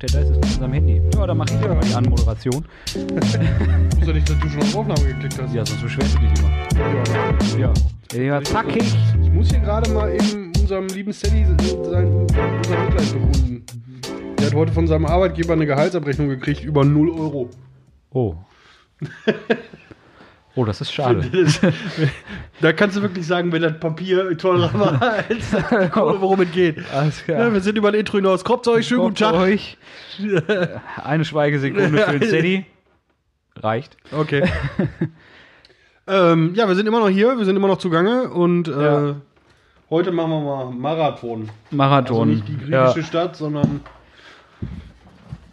der da ist, ist mit unserem Handy. Ja, dann mach ich ja die Anmoderation. Ich wusste nicht, dass du schon auf Aufnahme geklickt hast. Ja, sonst beschwerst du dich immer. Ja. Ja. Ja, zackig. Ich muss hier gerade mal eben unserem lieben Steady sein unser Mitleid bekunden. Der hat heute von seinem Arbeitgeber eine Gehaltsabrechnung gekriegt über 0 Euro. Oh. Oh, das ist schade. Da kannst du wirklich sagen, wenn das Papier teurer war als die Kohle, worum es geht. Alles Ja, wir sind über ein Intro hinaus. Kommt euch, schönen guten Kommt Tag. Euch. Eine Schweigesekunde für den Steady. Reicht. Okay. ähm, ja, wir sind immer noch hier, wir sind immer noch zugange und äh, Ja. heute machen wir mal Marathon. Also Marathon. nicht die ja. griechische Stadt, sondern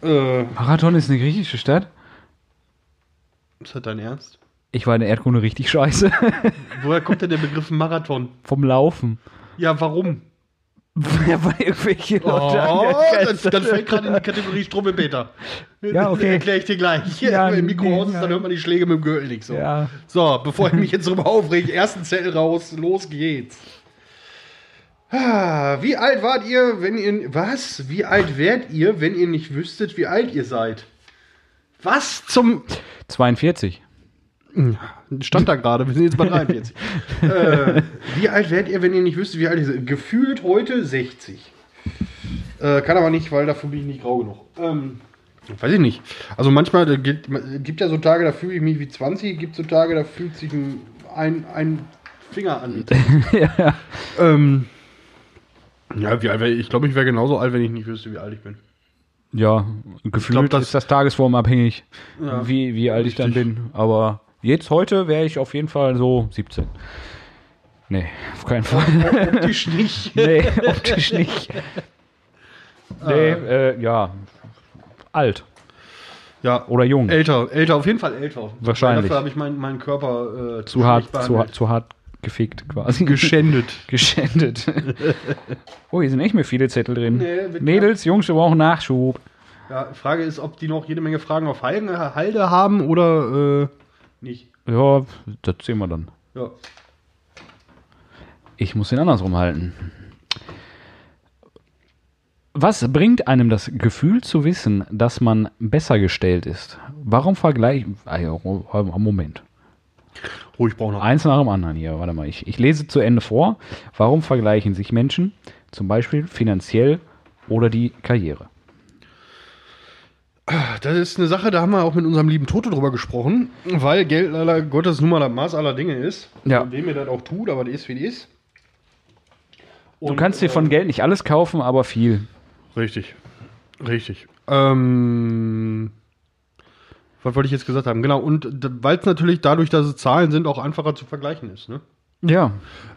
äh, Marathon ist eine griechische Stadt. ist das dein Ernst? Ich war in der Erdkunde richtig scheiße. Woher kommt denn der Begriff Marathon? Vom Laufen. Ja, warum? Ja, Weil irgendwelche Oh, Leute an der das, Grenze- das fällt gerade in die Kategorie Strummelpeter. Ja, okay. Erkläre ich dir gleich. Ja, Im Mikro nee, aus ist, ja. dann hört man die Schläge mit dem Gürtel nicht so. Ja. So, bevor ich mich jetzt drüber aufrege, ersten Zettel raus, los geht's. Ah, Wie alt wart ihr, wenn ihr. Was? Wie alt wärt ihr, wenn ihr nicht wüsstet, wie alt ihr seid? Was zum. 42. Stand da gerade, wir sind jetzt bei 43. äh, wie alt wärt ihr, wenn ihr nicht wüsstet, wie alt ihr seid? Gefühlt heute 60. Äh, kann aber nicht, weil dafür bin ich nicht grau genug. Ähm, weiß ich nicht. Also manchmal äh, gibt, gibt ja so Tage, da fühle ich mich wie 20, gibt so Tage, da fühlt sich ein, ein, ein Finger an. ja. ähm, ja, wie alt wär ich? Ich glaube, ich wäre genauso alt, wenn ich nicht wüsste, wie alt ich bin. Ja, gefühlt glaub, das- ist das tagesformabhängig, Ja, wie, wie alt ich dann richtig. bin. Aber jetzt, heute wäre ich auf jeden Fall so 17. Nee, auf keinen Fall. Optisch nicht. nee, optisch nicht. Ah. Nee, äh, ja. Alt Ja, oder jung. Älter, älter, auf jeden Fall älter. Wahrscheinlich. Weil Dafür habe ich meinen meinen Körper äh, zu, hart, schlecht zu, behandelt. hart- zu hart gefickt quasi. geschändet. Geschändet. oh, hier sind echt mehr viele Zettel drin. Nee, wird Mädels, Jungs, wir brauchen Nachschub. Ja, Frage ist, ob die noch jede Menge Fragen auf Halde, Halde haben oder äh, nicht. Ja, das sehen wir dann. Ja. Ich muss den andersrum halten. Was bringt einem das Gefühl zu wissen, dass man besser gestellt ist? Warum vergleichen. Ah ja, Ro- Moment. Oh, Ruhig brauche noch. Eins nach dem anderen hier. Warte mal, ich, ich lese zu Ende vor. Warum vergleichen sich Menschen, zum Beispiel finanziell oder die Karriere? Ah, Das ist eine Sache, da haben wir auch mit unserem lieben Toto drüber gesprochen, weil Geld leider Gottes nun mal das Maß aller Dinge ist. Ja. Dem ihr das auch tut, aber das ist, wie die ist. Du Und, kannst dir von Geld nicht alles kaufen, aber viel. Richtig. Richtig. Ähm, was wollte ich jetzt gesagt haben? Genau, und d- weil es natürlich dadurch, dass es Zahlen sind, auch einfacher zu vergleichen ist. Ne? Ja.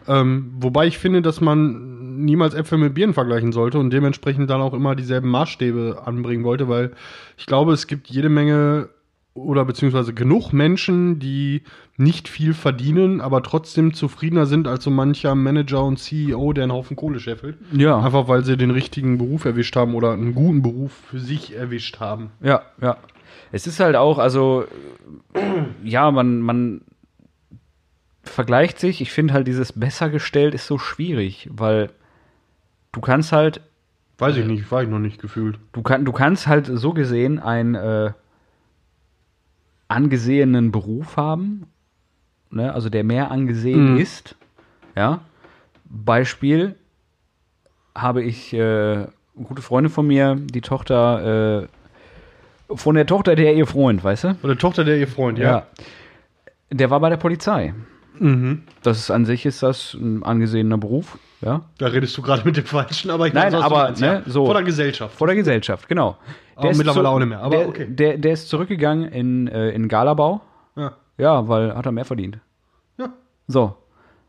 Ähm, wobei ich finde, dass man niemals Äpfel mit Bieren vergleichen sollte und dementsprechend dann auch immer dieselben Maßstäbe anbringen wollte, weil ich glaube, es gibt jede Menge oder beziehungsweise genug Menschen, die nicht viel verdienen, aber trotzdem zufriedener sind als so mancher Manager und CEO, der einen Haufen Kohle scheffelt. Ja. Einfach weil sie den richtigen Beruf erwischt haben oder einen guten Beruf für sich erwischt haben. Ja, ja. Es ist halt auch, also, äh, ja, man, man vergleicht sich. Ich finde halt dieses besser gestellt ist so schwierig, weil du kannst halt, Weiß ich nicht, war ich noch nicht gefühlt. du, kann, du kannst halt so gesehen einen äh, angesehenen Beruf haben, ne? also der mehr angesehen Mhm. ist. Ja. Beispiel habe ich äh, gute Freunde von mir, die Tochter, äh, von der Tochter der ihr Freund, weißt du? Oder Tochter der ihr Freund, ja. Ja. Der war bei der Polizei. Mhm. Das ist an sich ist das ein angesehener Beruf, ja. Da redest du gerade mit dem Falschen, aber ich Nein, weiß, was du aber, meinst, ja. ne, so. Vor der Gesellschaft. Vor der Gesellschaft, genau. Aber mittlerweile auch nicht mehr, aber der, okay. Der, der ist zurückgegangen in, äh, in Galabau, Ja. ja, weil hat er mehr verdient. Ja. So.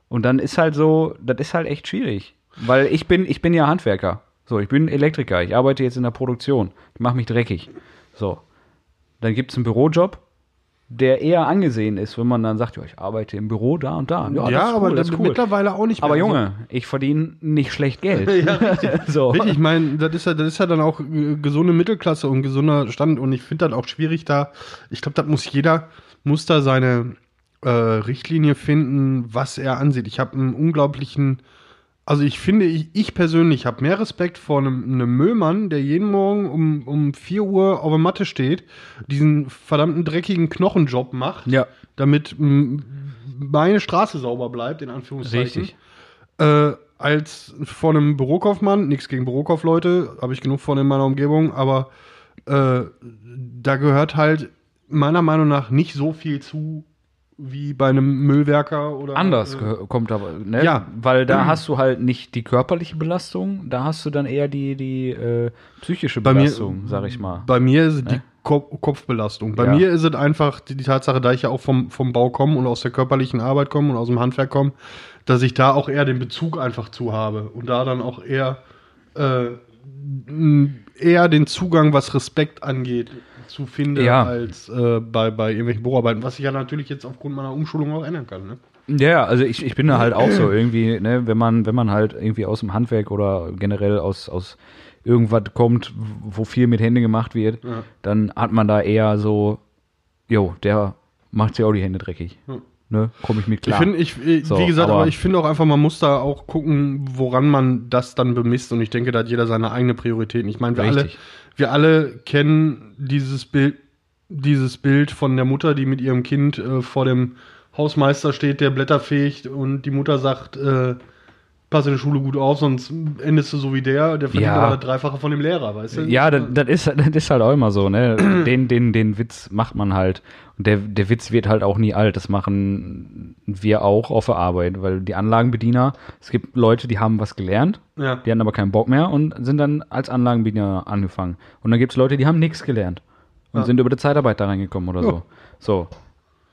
Und dann ist halt so, das ist halt echt schwierig. Weil ich bin, ich bin ja Handwerker. So, ich bin Elektriker, ich arbeite jetzt in der Produktion, ich mache mich dreckig. So. Dann gibt es einen Bürojob, der eher angesehen ist, wenn man dann sagt, ja, ich arbeite im Büro da und da. Ja, das ist cool, aber das das ist cool. mittlerweile auch nicht mehr. Aber Junge, ich verdiene nicht schlecht Geld. Ja, richtig. so. Richtig, ich meine, das ist ja, das ist ja dann auch äh, gesunde Mittelklasse und gesunder Stand und ich finde das auch schwierig da. Ich glaube, das muss jeder, muss da seine äh, Richtlinie finden, was er ansieht. Ich habe einen unglaublichen Also ich finde, ich, ich persönlich habe mehr Respekt vor einem, einem Müllmann, der jeden Morgen um, um 4 Uhr auf der Matte steht, diesen verdammten dreckigen Knochenjob macht, Ja. damit m, meine Straße sauber bleibt, in Anführungszeichen. Richtig. Äh, als vor einem Bürokaufmann, nichts gegen Bürokaufleute, habe ich genug von in meiner Umgebung, aber äh, da gehört halt meiner Meinung nach nicht so viel zu wie bei einem Müllwerker oder Anders äh, gehö- kommt aber, ne? Ja. Weil da hast du halt nicht die körperliche Belastung, da hast du dann eher die, die äh, psychische Bei mir- Belastung, sag ich mal. Bei mir ist es die Ko- Kopfbelastung. Bei Ne? Ja. mir ist es einfach die, die Tatsache, da ich ja auch vom, vom Bau komme und aus der körperlichen Arbeit komme und aus dem Handwerk komme, dass ich da auch eher den Bezug einfach zu habe und da dann auch eher, äh, m, eher den Zugang, was Respekt angeht, zu finde, Ja. als äh, bei, bei irgendwelchen Büroarbeiten, was ich ja natürlich jetzt aufgrund meiner Umschulung auch ändern kann. Ne? Ja, ja, also ich, ich bin da halt auch so irgendwie, ne, wenn man, wenn man halt irgendwie aus dem Handwerk oder generell aus, aus irgendwas kommt, wo viel mit Händen gemacht wird, Ja. dann hat man da eher so, jo, der macht sich auch die Hände dreckig. Ja. Ne, komme ich mit klar. Ich finde, ich, ich- So, wie gesagt, aber, aber- ich finde auch einfach, man muss da auch gucken, woran man das dann bemisst. Und ich denke, da hat jeder seine eigene Prioritäten. Ich meine, wir alle, Richtig. wir alle kennen dieses Bild, dieses Bild von der Mutter, die mit ihrem Kind äh, vor dem Hausmeister steht, der Blätter fegt und die Mutter sagt, äh, pass in der Schule gut auf, sonst endest du so wie der, der verdient Ja. aber das Dreifache von dem Lehrer, weißt du? ja, das, das, ist, das ist halt auch immer so, ne? Den, den, den Witz macht man halt. Und der, der Witz wird halt auch nie alt. Das machen wir auch auf der Arbeit, weil die Anlagenbediener, es gibt Leute, die haben was gelernt, Ja. Die hatten aber keinen Bock mehr und sind dann als Anlagenbieter angefangen. Und dann gibt es Leute, die haben nichts gelernt und Ja. sind über die Zeitarbeit da reingekommen oder so. So.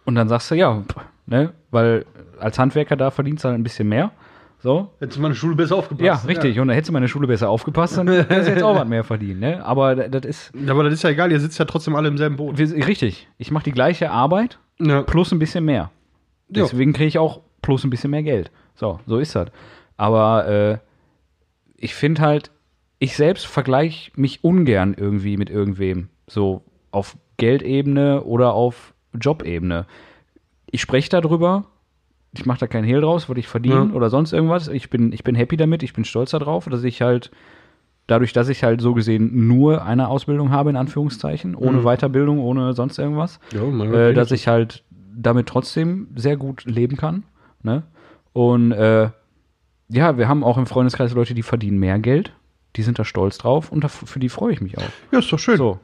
Und dann sagst du, ja, pff, ne, weil als Handwerker da verdienst du halt ein bisschen mehr. So. Hättest du meine Schule besser aufgepasst. Ja, richtig. Und da hättest du meine Schule besser aufgepasst, dann hättest du jetzt auch was mehr verdienen, ne? Aber da- das ist. Ja. Aber das ist ja egal, ihr sitzt ja trotzdem alle im selben Boot. Wir, richtig. Ich mache die gleiche Arbeit Ja. plus ein bisschen mehr. Ja. Deswegen kriege ich auch plus ein bisschen mehr Geld. So, so ist das. Aber äh, ich finde halt, ich selbst vergleiche mich ungern irgendwie mit irgendwem. So auf Geldebene oder auf Jobebene. Ich spreche darüber. Ich mache da keinen Hehl draus, weil ich verdiene Ja. oder sonst irgendwas. Ich bin, ich bin happy damit. Ich bin stolz darauf, dass ich halt dadurch, dass ich halt so gesehen nur eine Ausbildung habe, in Anführungszeichen, ohne Weiterbildung, ohne sonst irgendwas, Ja, mein Gott, äh, wenig. dass ich halt damit trotzdem sehr gut leben kann. Ne? Und äh, ja, wir haben auch im Freundeskreis Leute, die verdienen mehr Geld, die sind da stolz drauf und daf- für die freue ich mich auch. Ja, ist doch schön. So,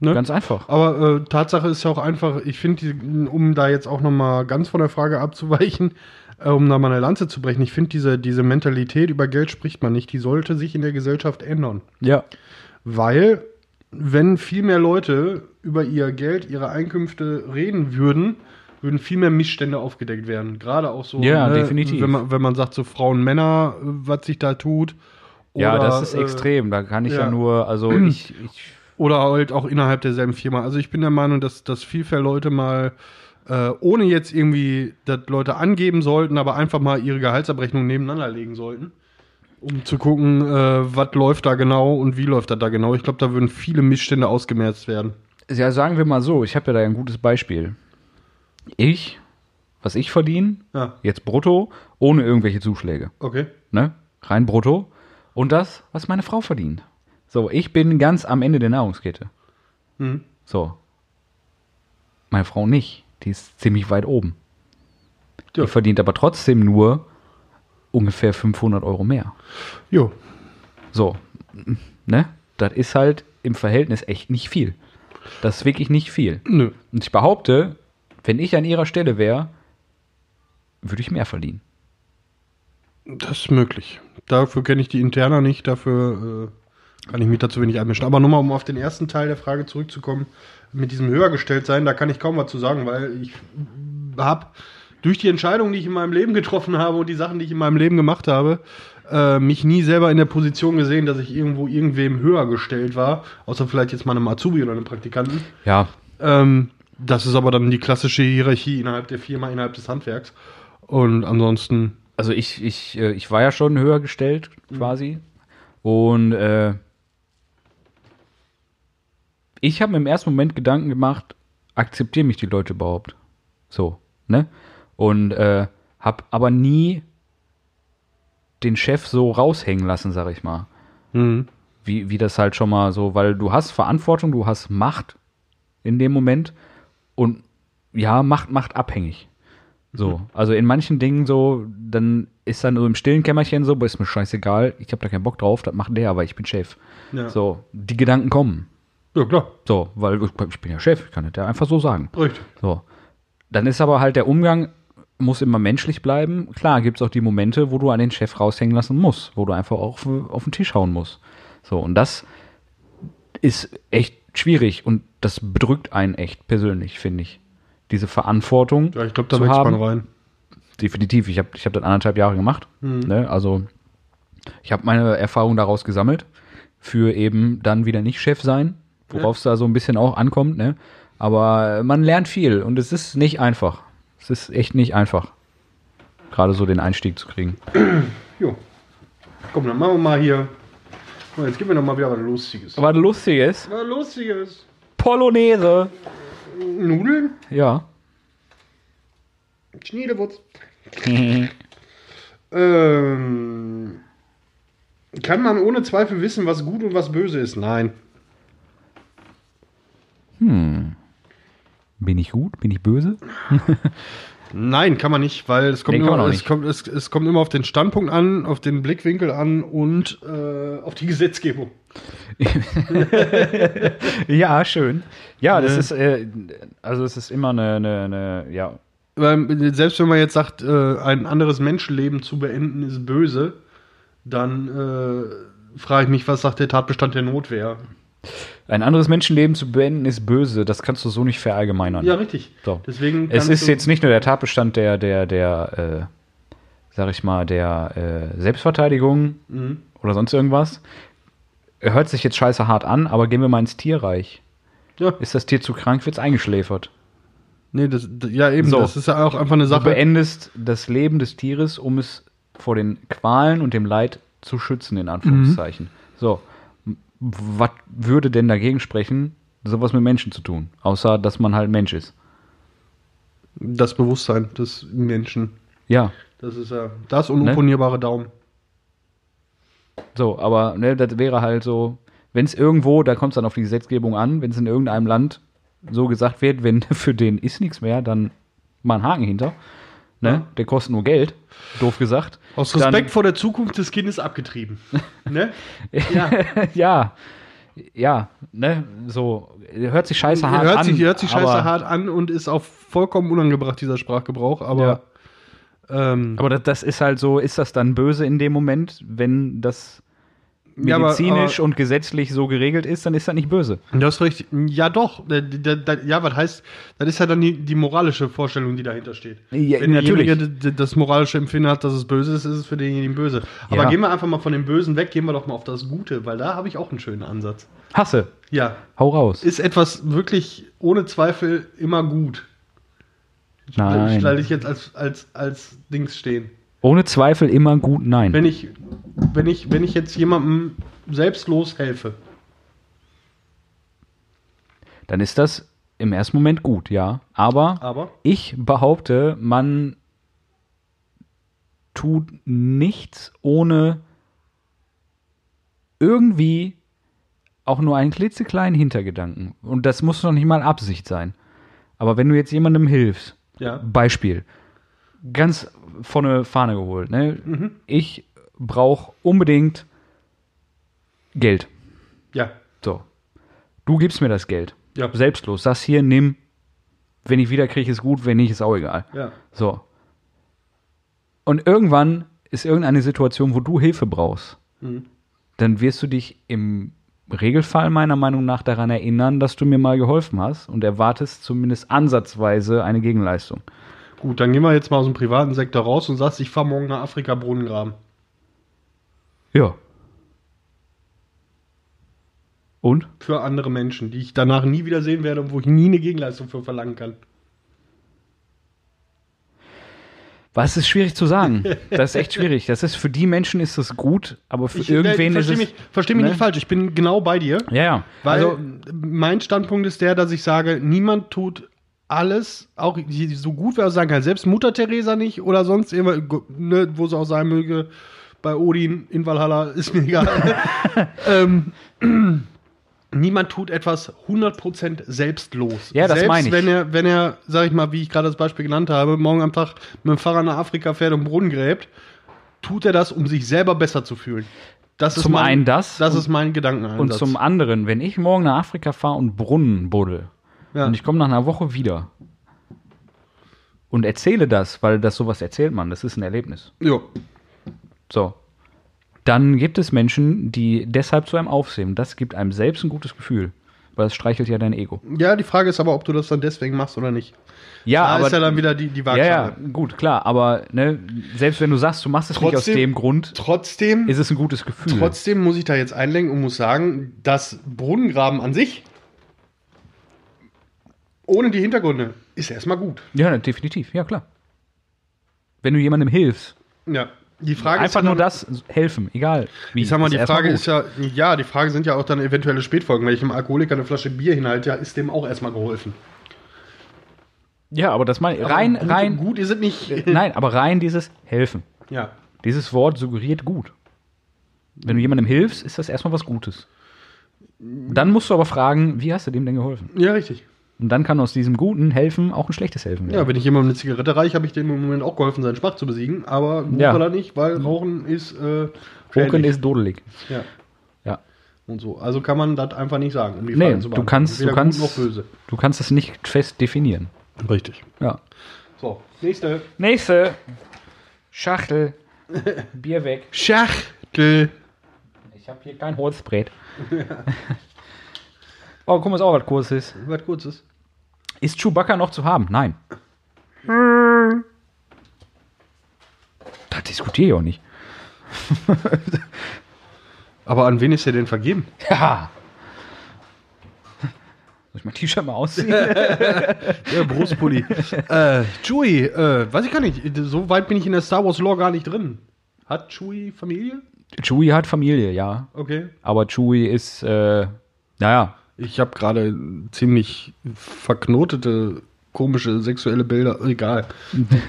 ne? ganz einfach. Aber äh, Tatsache ist ja auch einfach, ich finde, die- um da jetzt auch nochmal ganz von der Frage abzuweichen, äh, um da mal eine Lanze zu brechen, ich finde, diese, diese Mentalität über Geld spricht man nicht, die sollte sich in der Gesellschaft ändern. Ja, Weil, wenn viel mehr Leute über ihr Geld, ihre Einkünfte reden würden, würden viel mehr Missstände aufgedeckt werden. Gerade auch so, ne, Ja, definitiv. Wenn, man, wenn man sagt, so Frauen, Männer, äh, was sich da tut. ja Oder, das ist äh, extrem. Da kann ich ja, ja. nur, also ich, ich Oder halt auch innerhalb derselben Firma. Also ich bin der Meinung, dass, dass viel mehr Leute mal, äh, ohne jetzt irgendwie, dass Leute angeben sollten, aber einfach mal ihre Gehaltsabrechnung nebeneinander legen sollten, um zu gucken, äh, was läuft da genau und wie läuft das da genau. Ich glaube, da würden viele Missstände ausgemerzt werden. ja, sagen wir mal so, ich habe ja da ein gutes Beispiel. Ich, was ich verdiene, Ja, jetzt brutto, ohne irgendwelche Zuschläge. Ah, okay. ne? Rein brutto. Und das, was meine Frau verdient. So, ich bin ganz am Ende der Nahrungskette. Mhm. So. Meine Frau nicht. Die ist ziemlich weit oben. Ja. Die verdient aber trotzdem nur ungefähr 500 Euro mehr. Jo. So, ne? Das ist halt im Verhältnis echt nicht viel. Das ist wirklich nicht viel. Nö. Und ich behaupte, wenn ich an ihrer Stelle wäre, würde ich mehr verdienen. Das ist möglich. Dafür kenne ich die Interna nicht, dafür äh, kann ich mich dazu wenig einmischen. Aber nochmal, um auf den ersten Teil der Frage zurückzukommen, mit diesem höhergestellt sein, da kann ich kaum was zu sagen, weil ich habe durch die Entscheidungen, die ich in meinem Leben getroffen habe und die Sachen, die ich in meinem Leben gemacht habe, äh, mich nie selber in der Position gesehen, dass ich irgendwo irgendwem höher gestellt war, außer vielleicht jetzt mal einem Azubi oder einem Praktikanten. Ja, Ähm, das ist aber dann die klassische Hierarchie innerhalb der Firma, innerhalb des Handwerks. Und ansonsten, Also ich, ich, äh, ich war ja schon höher gestellt, quasi. Und äh, ich habe mir im ersten Moment Gedanken gemacht, akzeptieren mich die Leute überhaupt? So, ne? Und äh, habe aber nie den Chef so raushängen lassen, sag ich mal. Mhm. Wie, wie das halt schon mal so, weil du hast Verantwortung, du hast Macht in dem Moment und ja, Macht macht abhängig. So, also in manchen Dingen so, dann ist dann so im stillen Kämmerchen so, boah, ist mir scheißegal, ich habe da keinen Bock drauf, das macht der, aber ich bin Chef. Ja. So, die Gedanken kommen. ja, klar. So, weil ich ich bin ja Chef, ich kann das ja einfach so sagen. Richtig. So. Dann ist aber halt der Umgang, muss immer menschlich bleiben. Klar, gibt es auch die Momente, wo du an den Chef raushängen lassen musst, wo du einfach auch auf, auf den Tisch hauen musst. So, und das ist echt schwierig und das bedrückt einen echt persönlich, finde ich. Diese Verantwortung. Ja, ich glaube, da zu wächst haben. man rein. Definitiv. Ich habe ich hab das anderthalb Jahre gemacht. Ne? Also, ich habe meine Erfahrung daraus gesammelt. Für eben dann wieder nicht Chef sein, worauf es da so ein bisschen auch ankommt. Ne? Aber man lernt viel und es ist nicht einfach. Es ist echt nicht einfach, gerade so den Einstieg zu kriegen. Jo. Komm, dann machen wir mal hier. Guck mal, Jetzt gib mir noch mal wieder was Lustiges. Aber lustig ist, Was Lustiges. Polonaise. Nudeln? Ja. Schniedewurz. Ähm, kann man ohne Zweifel wissen, was gut und was böse ist? Nein. Bin ich gut? Bin ich böse? Nein, kann man nicht, weil es kommt, Nee, kann man immer, auch es nicht. kommt, es, es kommt immer auf den Standpunkt an, auf den Blickwinkel an und äh, auf die Gesetzgebung. Ja, schön. Ja, das Ne. ist, äh, also es ist immer eine, eine, eine ja, Weil, selbst wenn man jetzt sagt, äh, ein anderes Menschenleben zu beenden ist böse, dann äh, frage ich mich, was sagt der Tatbestand der Notwehr? Ein anderes Menschenleben zu beenden ist böse. Das kannst du so nicht verallgemeinern. Ja, richtig. So. Deswegen es kannst ist du- jetzt nicht nur der Tatbestand der, der, der, äh, sag ich mal, der äh, Selbstverteidigung Mhm. oder sonst irgendwas. Hört sich jetzt scheiße hart an, aber gehen wir mal ins Tierreich. Ja, Ist das Tier zu krank, wird's eingeschläfert. nee, das, ja eben, So. das ist ja auch einfach eine Du Sache. beendest das Leben des Tieres, um es vor den Qualen und dem Leid zu schützen, in Anführungszeichen. So, was würde denn dagegen sprechen, sowas mit Menschen zu tun? Außer, dass man halt Mensch ist. Das Bewusstsein des Menschen. Ja. Das ist ja das und Ne? opponierbare Daumen. So, aber ne, das wäre halt so, wenn es irgendwo, da kommt es dann auf die Gesetzgebung an, wenn es in irgendeinem Land so gesagt wird, wenn für den ist nichts mehr, dann mal einen Haken hinter. Ne? Ja. Oh. Der kostet nur Geld, doof gesagt. Aus Respekt vor der Zukunft des Kindes abgetrieben. ne? Ja. Dann, ja, ja, ne, so, hört sich scheiße hart hört, an. sich, hört sich scheiße aber, hart an und ist auch vollkommen unangebracht, dieser Sprachgebrauch, aber. Ähm, Aber das, das ist halt so, ist das dann böse in dem Moment, wenn das Ja, aber- medizinisch und gesetzlich so geregelt ist, dann ist das nicht böse. Das ist richtig. Ja, doch. Da, da, da, ja, was heißt, das ist ja dann die, die moralische Vorstellung, die dahinter steht. Ja, Wenn natürlich. derjenige d- d- das moralische Empfinden hat, dass es böse ist, ist es für denjenigen böse. Aber Ja. gehen wir einfach mal von dem Bösen weg, gehen wir doch mal auf das Gute, weil da habe ich auch einen schönen Ansatz. Hasse, Ja, hau raus. ist etwas wirklich ohne Zweifel immer gut. Nein. Ich lasse dich jetzt als, als, als Dings stehen. Ohne Zweifel immer gut Nein. Wenn ich, wenn ich, wenn ich jetzt jemandem selbstlos helfe, dann ist das im ersten Moment gut, ja. Aber aber ich behaupte, man tut nichts ohne irgendwie auch nur einen klitzekleinen Hintergedanken. Und das muss noch nicht mal Absicht sein. Aber wenn du jetzt jemandem hilfst, ja, Beispiel, ganz vorne Fahne geholt, ne? Ich brauche unbedingt Geld. ja, So. Du gibst mir das Geld. Ja. Selbstlos. Das hier, nimm. Wenn ich wieder kriege, ist gut. Wenn nicht, ist auch egal. ja, So. Und irgendwann ist irgendeine Situation, wo du Hilfe brauchst. Mhm. Dann wirst du dich im Regelfall meiner Meinung nach daran erinnern, dass du mir mal geholfen hast und erwartest zumindest ansatzweise eine Gegenleistung. Gut, dann gehen wir jetzt mal aus dem privaten Sektor raus und sagst, ich fahre morgen nach Afrika Brunnen graben. Ja. Und? Für andere Menschen, die ich danach nie wiedersehen werde und wo ich nie eine Gegenleistung für verlangen kann. Was ist schwierig zu sagen? Das ist echt schwierig. Das ist für die Menschen ist das gut, aber für irgendwen äh, ist versteh es. mich, versteh mich ne? nicht falsch, ich bin genau bei dir. Ja, ja. Weil also, mein Standpunkt ist der, dass ich sage, niemand tut alles, auch so gut wie er sagen kann. Selbst Mutter Teresa nicht oder sonst immer, ne, wo sie auch sein möge, bei Odin in Valhalla, ist mir egal. ähm, niemand tut etwas 100% selbstlos. Ja, das Selbst meine ich. wenn er, wenn er, sag ich mal, wie ich gerade das Beispiel genannt habe, morgen am Tag mit dem Fahrrad nach Afrika fährt und Brunnen gräbt, tut er das, um sich selber besser zu fühlen. Das ist Zum mein, einen das Das und- ist mein Gedankeneinsatz. Und zum anderen, wenn ich morgen nach Afrika fahre und Brunnen buddel Ja. und ich komme nach einer Woche wieder und erzähle das, weil das sowas erzählt man, das ist ein Erlebnis. Jo. So. Dann gibt es Menschen, die deshalb zu einem aufsehen. Das gibt einem selbst ein gutes Gefühl, weil es streichelt ja dein Ego. Ja, die Frage ist aber, ob du das dann deswegen machst oder nicht. Ja, da aber ist ja dann wieder die, die ja, Waagschale. ja, gut, klar, aber ne, selbst wenn du sagst, du machst es nicht aus Trotzdem- dem Grund, Trotzdem, ist es ein gutes Gefühl. trotzdem muss ich da jetzt einlenken und muss sagen, das Brunnengraben an sich, ohne die Hintergründe, ist erstmal gut. ja, definitiv, ja klar. Wenn du jemandem hilfst, Ja. Die Frage einfach ist ja nur dann, das helfen, egal. Wie, Ich sag mal, die erstmal Frage gut. ist ja, ja, die Frage sind ja auch dann eventuelle Spätfolgen. Wenn ich einem Alkoholiker eine Flasche Bier hinhalte, ja, ist dem auch erstmal geholfen. Ja, aber das meine rein, gut, rein, Gut ist es nicht. nein, aber rein dieses helfen. ja. Dieses Wort suggeriert gut. Wenn du jemandem hilfst, ist das erstmal was Gutes. Dann musst du aber fragen, wie hast du dem denn geholfen? Ja, richtig. Und dann kann aus diesem guten Helfen auch ein schlechtes Helfen Ja, werden. wenn ich jemandem eine Zigarette reich, habe ich dem im Moment auch geholfen, seinen Schwach zu besiegen. Aber gut Ja. war er nicht, weil Rauchen ist. Äh, Roken schädlich. ist dodelig. Ja. Ja. Und so. Also kann man das einfach nicht sagen, um die Nee, Frage zu du beantworten. kannst, Weder du kannst, Gut noch böse. du kannst es nicht fest definieren. Richtig. Ja. So, nächste. Nächste Schachtel. Bier weg. Schachtel. Ich habe hier kein Holzbrett. oh, guck mal, ist auch was Kurzes. Was kurzes. Ist Chewbacca noch zu haben? Nein. Das diskutiere ich auch nicht. Aber an wen ist der denn vergeben? Ja. Soll ich mein T-Shirt mal ausziehen? Der Brustpulli. äh, Chewie, äh, weiß ich gar nicht. So weit bin ich in der Star Wars Lore gar nicht drin. Hat Chewie Familie? Chewie hat Familie, ja. Okay. Aber Chewie ist, äh, naja, Ich habe gerade ziemlich verknotete, komische sexuelle Bilder. Egal.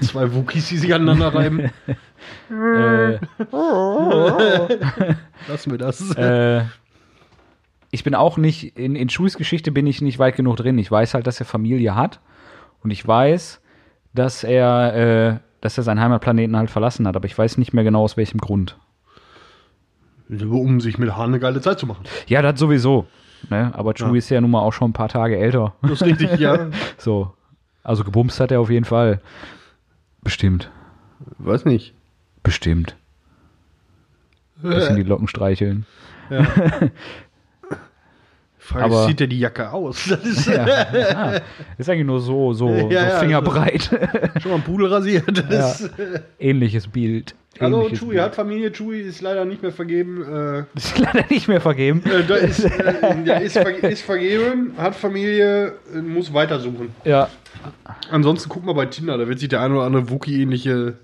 Zwei Wookies, die sich aneinander reiben. äh, Lassen wir das. äh, ich bin auch nicht, in, in Chewies Geschichte bin ich nicht weit genug drin. Ich weiß halt, dass er Familie hat. Und ich weiß, dass er, äh, dass er seinen Heimatplaneten halt verlassen hat. Aber ich weiß nicht mehr genau, aus welchem Grund. Um sich mit Hahn eine geile Zeit zu machen. Ja, das sowieso. Ne? Aber Chewie Ja. ist ja nun mal auch schon ein paar Tage älter. Das ist richtig, ja. So. Also gebumst hat er auf jeden Fall. Bestimmt. Weiß nicht. Bestimmt. Bisschen die Locken streicheln. Frage Aber- ist, zieht er die Jacke aus? Das ist Ja. Ah, ist eigentlich nur so, so, Ja, so ja, fingerbreit. schon mal ein Pudel rasiert. Das äh, Ja. Ähnliches Bild. Hallo, Ähnliches Chewie Bild. hat Familie. Chewie ist leider nicht mehr vergeben. Äh, Ist leider nicht mehr vergeben. äh, da ist, äh, der ist, ver ist vergeben, hat Familie, äh, muss weitersuchen. Ja. Ansonsten guck mal bei Tinder, da wird sich der ein oder andere Wookie-ähnliche.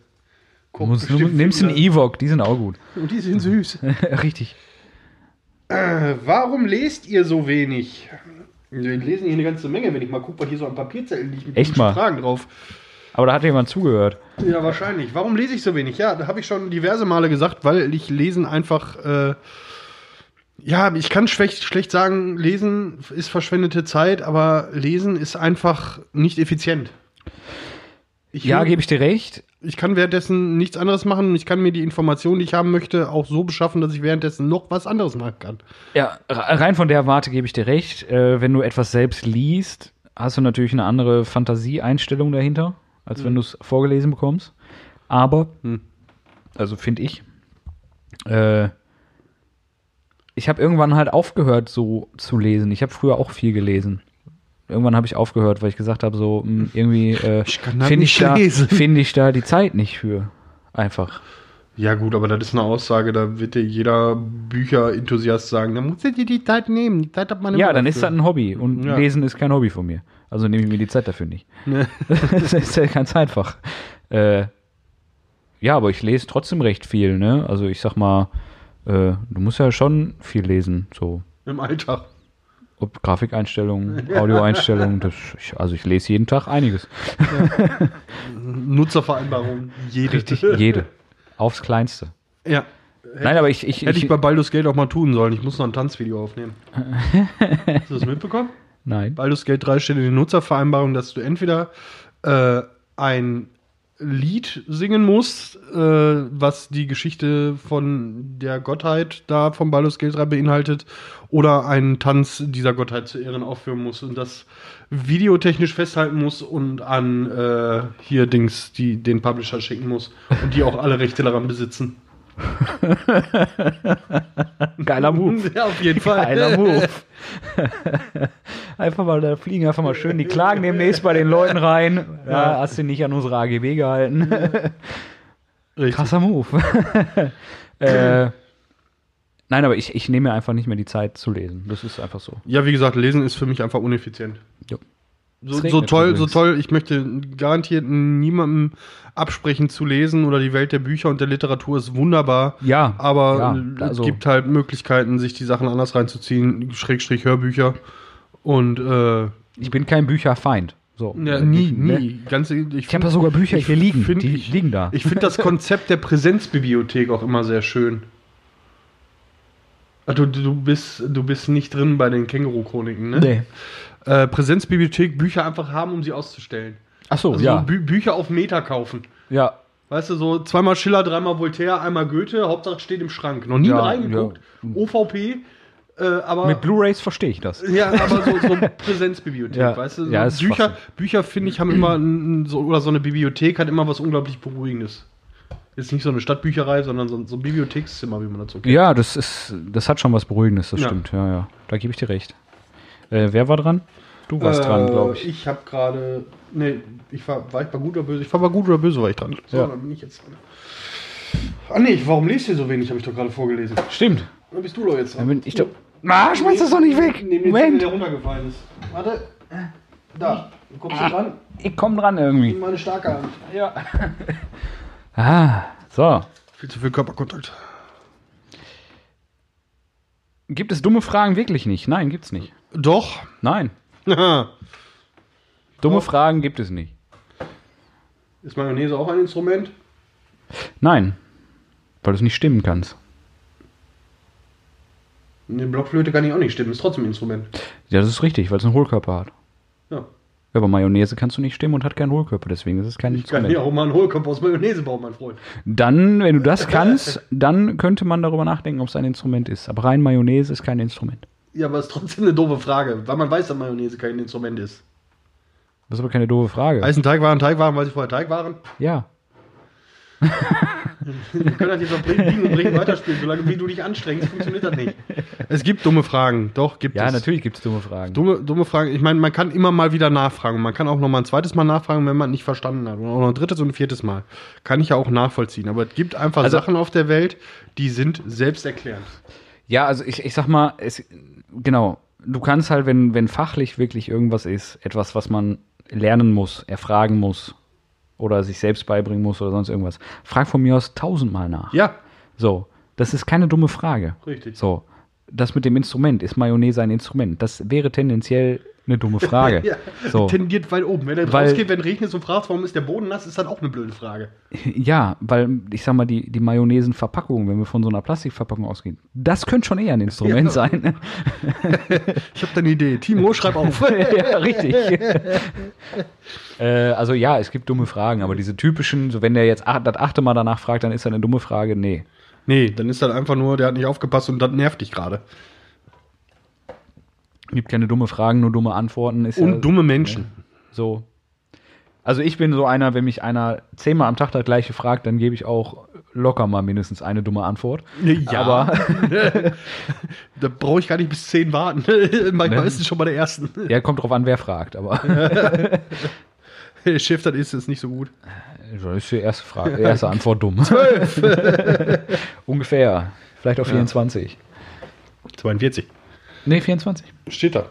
Guck, Muss, du bestimmt nimmst einen finden. Ewok, die sind auch gut. Und die sind süß. Richtig. Äh, warum lest ihr so wenig? Wir lesen hier eine ganze Menge, wenn ich mal gucke, bei hier so ein Papierzettel liegt mit Echt komischen mal? Fragen drauf. Aber da hat jemand zugehört. Ja, wahrscheinlich. Warum lese ich so wenig? Ja, da habe ich schon diverse Male gesagt, weil ich lesen einfach. Äh, ja, ich kann schlecht, schlecht sagen, lesen ist verschwendete Zeit, aber lesen ist einfach nicht effizient. Ich, Ja, will- gebe ich dir recht. ich kann währenddessen nichts anderes machen und ich kann mir die Informationen, die ich haben möchte, auch so beschaffen, dass ich währenddessen noch was anderes machen kann. Ja, re- rein von der Warte gebe ich dir recht. Äh, wenn du etwas selbst liest, hast du natürlich eine andere Fantasieeinstellung dahinter, als wenn du es vorgelesen bekommst. Aber, Mhm. Hm. also finde ich, äh, ich habe irgendwann halt aufgehört, so zu lesen. Ich habe früher auch viel gelesen. Irgendwann habe ich aufgehört, weil ich gesagt habe, so mh, irgendwie äh, Ich kann das finde nicht ich, da- lesen. find ich da die Zeit nicht für. Einfach. Ja, gut, aber das ist eine Aussage, da wird dir jeder Bücherenthusiast sagen, da musst du dir die Zeit nehmen. Die Zeit hat man Ja, immer dann ist dafür. das ein Hobby und Ja. Ne. Lesen ist kein Hobby von mir. Also nehme ich mir die Zeit dafür nicht. das ist ja ganz einfach. Äh, ja, aber ich lese trotzdem recht viel, ne? Also ich sag mal, äh, du musst ja schon viel lesen, so. im Alltag. Ob Grafikeinstellungen, Audioeinstellungen, das, ich, also ich lese jeden Tag einiges. Nutzervereinbarung. Jede. Richtig, jede. Aufs Kleinste. Ja. Nein, aber ich. ich, Hätte ich ich bei Baldur's Gate auch mal tun sollen. Ich muss noch ein Tanzvideo aufnehmen. Hast du das mitbekommen? nein. Baldur's Gate 3 steht in den Nutzervereinbarungen, dass du entweder äh, ein Lied singen musst, äh, was die Geschichte von der Gottheit da von Baldur's Gate 3 beinhaltet, oder einen Tanz dieser Gottheit zu Ehren aufführen musst und das videotechnisch festhalten musst und an äh, hier Dings die, den Publisher schicken musst und die auch alle Rechte daran besitzen. Geiler Move. Ja, auf jeden Fall. Geiler Move. einfach mal, da fliegen einfach mal schön die Klagen demnächst bei den Leuten rein. Ja, hast du nicht an unsere AGB gehalten. Richtig. Krasser Move. äh, nein, aber ich, ich nehme mir einfach nicht mehr die Zeit zu lesen. Das ist einfach so. Ja, wie gesagt, lesen ist für mich einfach uneffizient. Jo. Es So, so regnet toll, so übrigens. toll. Ich möchte garantiert niemandem absprechen zu lesen oder die Welt der Bücher und der Literatur ist wunderbar. Ja, Aber ja, also- es gibt halt Möglichkeiten, sich die Sachen anders reinzuziehen, Schrägstrich Hörbücher. Und äh, Ich bin kein Bücherfeind. So. ja, nie, ich, ne? nie. Ganz, ich Ich habe ja sogar Bücher hier liegen. find- die ich- liegen da. Ich finde das Konzept der Präsenzbibliothek auch immer sehr schön. Ah, Du, du, bist, du bist nicht drin bei den Känguru-Chroniken, ne? nee. äh, Präsenzbibliothek Bücher einfach haben, um sie auszustellen. Ach so, Also Oh, ja. so Bü Bücher auf Meter kaufen. ja. Weißt du, so zweimal Schiller, dreimal Voltaire, einmal Goethe, Hauptsache steht im Schrank. Noch nie Ja, reingeguckt. OVP, äh, aber. Mit Blu-rays verstehe ich das. ja, aber so, so Präsenzbibliothek, Ja, weißt du? So ja, ist Bücher, Schwachsinn. Bücher finde ich, haben immer, ein, so, oder so eine Bibliothek hat immer was unglaublich Beruhigendes. Jetzt nicht so eine Stadtbücherei, sondern so, ein- so ein Bibliothekszimmer, wie man das so kennt. Ja, das ist, das hat schon was Beruhigendes, das Ja. stimmt. Ja, ja. Da gebe ich dir recht. Äh, wer war dran? Du warst Äh, dran, glaube ich. Ich habe gerade. Nee, ich war, war ich bei gut oder böse? Ich war bei gut oder böse, war ich dran. So, Ja. dann bin ich jetzt dran. Ah, nee, ich- warum lest ihr so wenig? Habe ich doch gerade vorgelesen. Stimmt. Dann bist du doch jetzt Dann dran. bin ich doch. Ah, schmeiß das doch nicht weg! Neben den Zettel, Moment! der runtergefallen ist. Warte. Da. Du kommst du dran? Ich komme dran irgendwie. Nimm meine starke Hand. Ja. ah, so. Viel zu viel Körperkontakt. Gibt es dumme Fragen wirklich nicht? Nein, gibt's nicht. Doch. Nein. Dumme Oh. Fragen gibt es nicht. ist Mayonnaise auch ein Instrument? Nein. Weil du es nicht stimmen kannst. Eine Blockflöte kann ich auch nicht stimmen, ist trotzdem ein Instrument. Ja, das ist richtig, weil es einen Hohlkörper hat. Ja. Ja, aber Mayonnaise kannst du nicht stimmen und hat keinen Hohlkörper, deswegen ist es kein Ich kann ja Instrument. auch mal einen Hohlkopf aus Mayonnaise bauen, mein Freund. Dann, wenn du das kannst, dann könnte man darüber nachdenken, ob es ein Instrument ist. Aber rein Mayonnaise ist kein Instrument. Ja, aber ist trotzdem eine doofe Frage, weil man weiß, dass Mayonnaise kein Instrument ist. Das ist aber keine doofe Frage. Heißen Teigwaren, Teigwaren, weil sie vorher Teig waren. ja. Wir können das jetzt auf Bring- Biegen und Bringen weiterspielen. Solange wie du dich anstrengst, funktioniert das nicht. Es gibt dumme Fragen, doch, gibt Ja, es. natürlich gibt es dumme Fragen. Dumme, dumme Fragen. Ich meine, man kann immer mal wieder nachfragen. Man kann auch noch mal ein zweites Mal nachfragen, wenn man nicht verstanden hat. Und auch noch ein drittes und ein viertes Mal. Kann ich ja auch nachvollziehen. Aber es gibt einfach Also- Sachen auf der Welt, die sind selbsterklärend. Ja, also ich, ich sag mal, es, genau, du kannst halt, wenn, wenn fachlich wirklich irgendwas ist, etwas, was man lernen muss, erfragen muss oder sich selbst beibringen muss oder sonst irgendwas, frag von mir aus tausendmal nach. Ja, So, das ist keine dumme Frage. richtig. So, das mit dem Instrument, ist Mayonnaise ein Instrument? Das wäre tendenziell eine dumme Frage. Ja, so. tendiert weit oben. Wenn er Weil- rausgeht, wenn regnet und fragt, warum ist der Boden nass, ist das auch eine blöde Frage. Ja, weil ich sag mal, die, die Mayonnaise-Verpackung, wenn wir von so einer Plastikverpackung ausgehen, das könnte schon eher ein Instrument Ja. sein. Ich habe da eine Idee. Timo, schreib auf. ja, richtig. äh, also ja, es gibt dumme Fragen, aber diese typischen, so wenn der jetzt ach, das achte Mal danach fragt, dann ist das eine dumme Frage. Nee. Nee, dann ist das einfach nur, der hat nicht aufgepasst und das nervt dich gerade. Gibt keine dumme Fragen, nur dumme Antworten. Ist ja Und dumme Menschen. so. Also ich bin so einer, wenn mich einer zehnmal am Tag das gleiche fragt, dann gebe ich auch locker mal mindestens eine dumme Antwort. Ja, Aber da brauche ich gar nicht bis 10 warten. Manchmal ist es schon bei der ersten. ja, kommt drauf an, wer fragt. Aber Schiff, das ist es nicht so gut. das ist die erste Frage, die erste Antwort dumm. Ungefähr. Vielleicht auch 24. 42. Nee, 24. Steht da.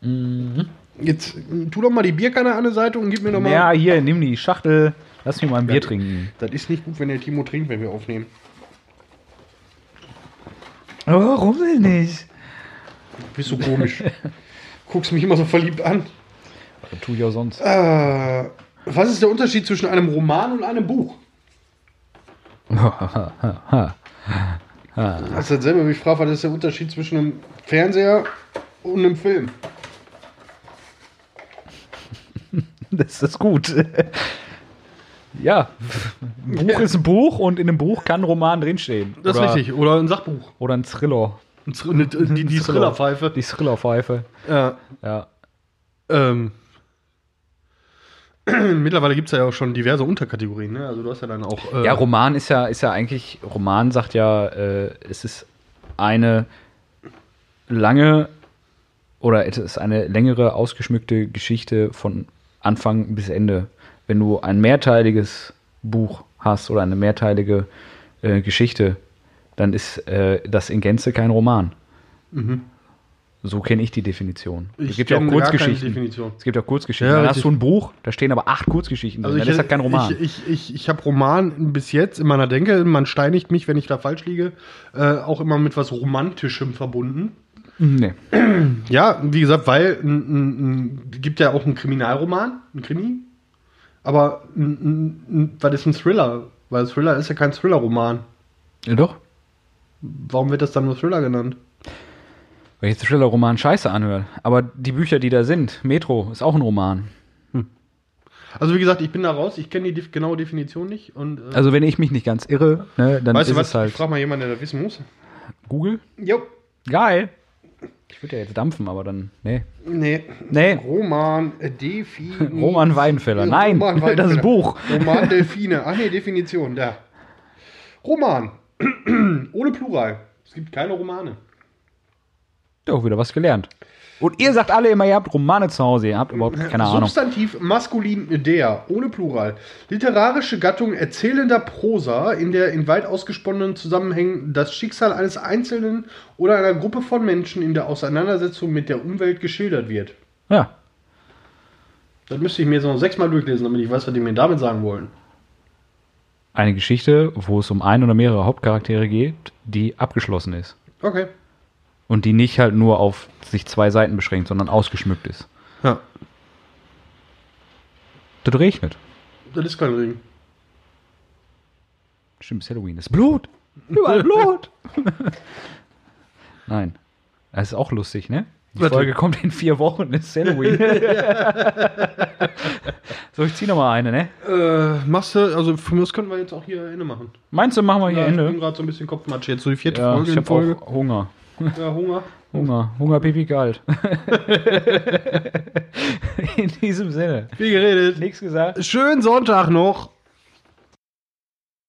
Mhm. Jetzt äh, tu doch mal die Bierkanne an der Seite und gib mir doch mal. Ja, hier, nimm die Schachtel. Lass mich mal ein Bier trinken. Das ist nicht gut, wenn der Timo trinkt, wenn wir aufnehmen. Warum denn Oh, nicht? Du bist so komisch. Guckst mich immer so verliebt an. Das tue ich auch sonst. Äh, was ist der Unterschied zwischen einem Roman und einem Buch? Ah, Das ist dasselbe wie ich frage, was ist der Unterschied zwischen einem Fernseher und einem Film? das ist gut. ja, ein Buch ist ein Buch und in einem Buch kann ein Roman drinstehen. oder, Oder ein Sachbuch. Oder ein Thriller. Ein Thr- eine- Die, die Thrillerpfeife. Die Thrillerpfeife. Ja, Ja. ähm. Mittlerweile gibt es ja auch schon diverse Unterkategorien. Ne? Also du hast ja dann auch. äh, Ja, Roman ist ja, ist ja eigentlich, Roman sagt ja, äh, es ist eine lange oder es ist eine längere, ausgeschmückte Geschichte von Anfang bis Ende. Wenn du ein mehrteiliges Buch hast oder eine mehrteilige äh, Geschichte, dann ist äh, das in Gänze kein Roman. So kenne ich die Definition. es Mhm. Ich gibt ja auch kenn gar keine Kurzgeschichten. Definition. Es gibt ja Kurzgeschichten. Ja, dann richtig. Also hast du ein Buch, da stehen aber acht Kurzgeschichten drin. dann ist das kein Roman. Ich, ich, ich, ich habe Roman bis jetzt in meiner Denke, man steinigt mich, wenn ich da falsch liege, äh, auch immer mit was Romantischem verbunden. nee. Ja, wie gesagt, weil n, n, n, gibt ja auch einen Kriminalroman, einen Krimi. Aber n, n, n, was ist ein Thriller? Weil Thriller ist ja kein Thriller-Roman. Ja, doch. Warum wird das dann nur Thriller genannt? Weil ich jetzt Thriller-Roman scheiße anhöre. Aber die Bücher, die da sind, Metro ist auch ein Roman. Also wie gesagt, ich bin da raus, ich kenne die def- genaue Definition nicht. Und, äh, Also wenn ich mich nicht ganz irre, ne, dann weißt ist du was? es halt Ich frage mal jemanden, der das wissen muss. Google. Jo. Geil. Ich würde ja jetzt dampfen, aber dann, ne. nee. Nee. Nee. Roman äh, Definition. Roman Weidenfeller. Nein, das ist ein Buch. Roman Delfine. Ach nee, Definition, da. Roman. Ohne Plural. Es gibt keine Romane. Ja, auch wieder was gelernt. Und ihr sagt alle immer, ihr habt Romane zu Hause. Ihr habt überhaupt keine Ahnung. Substantiv maskulin der, ohne Plural. Literarische Gattung erzählender Prosa, in der in weit ausgesponnenen Zusammenhängen das Schicksal eines Einzelnen oder einer Gruppe von Menschen in der Auseinandersetzung mit der Umwelt geschildert wird. Ja. Das müsste ich mir jetzt noch sechsmal durchlesen, damit ich weiß, was die mir damit sagen wollen. Eine Geschichte, wo es um ein oder mehrere Hauptcharaktere geht, die abgeschlossen ist. Okay. Und die nicht halt nur auf sich zwei Seiten beschränkt, sondern ausgeschmückt ist. Ja. Das regnet. Das ist kein Regen. Stimmt, es ist Halloween. Es ist Blut. Überall Blut. Nein. Das ist auch lustig, ne? Die Warte. Folge kommt in vier Wochen, es ist Halloween. so, ich zieh nochmal eine, ne? Äh, machst du, also für mich können wir jetzt auch hier Ende machen. Meinst du, machen wir hier Ja, Ich bin Ende? gerade so ein bisschen Kopfmatsch. Jetzt so die vierte Ja, Folge ich in habe Folge. auch Hunger. Ja, Hunger. Hunger. Hunger, Pipi, kalt. in diesem Sinne. Viel geredet. Nichts gesagt. Schönen Sonntag noch.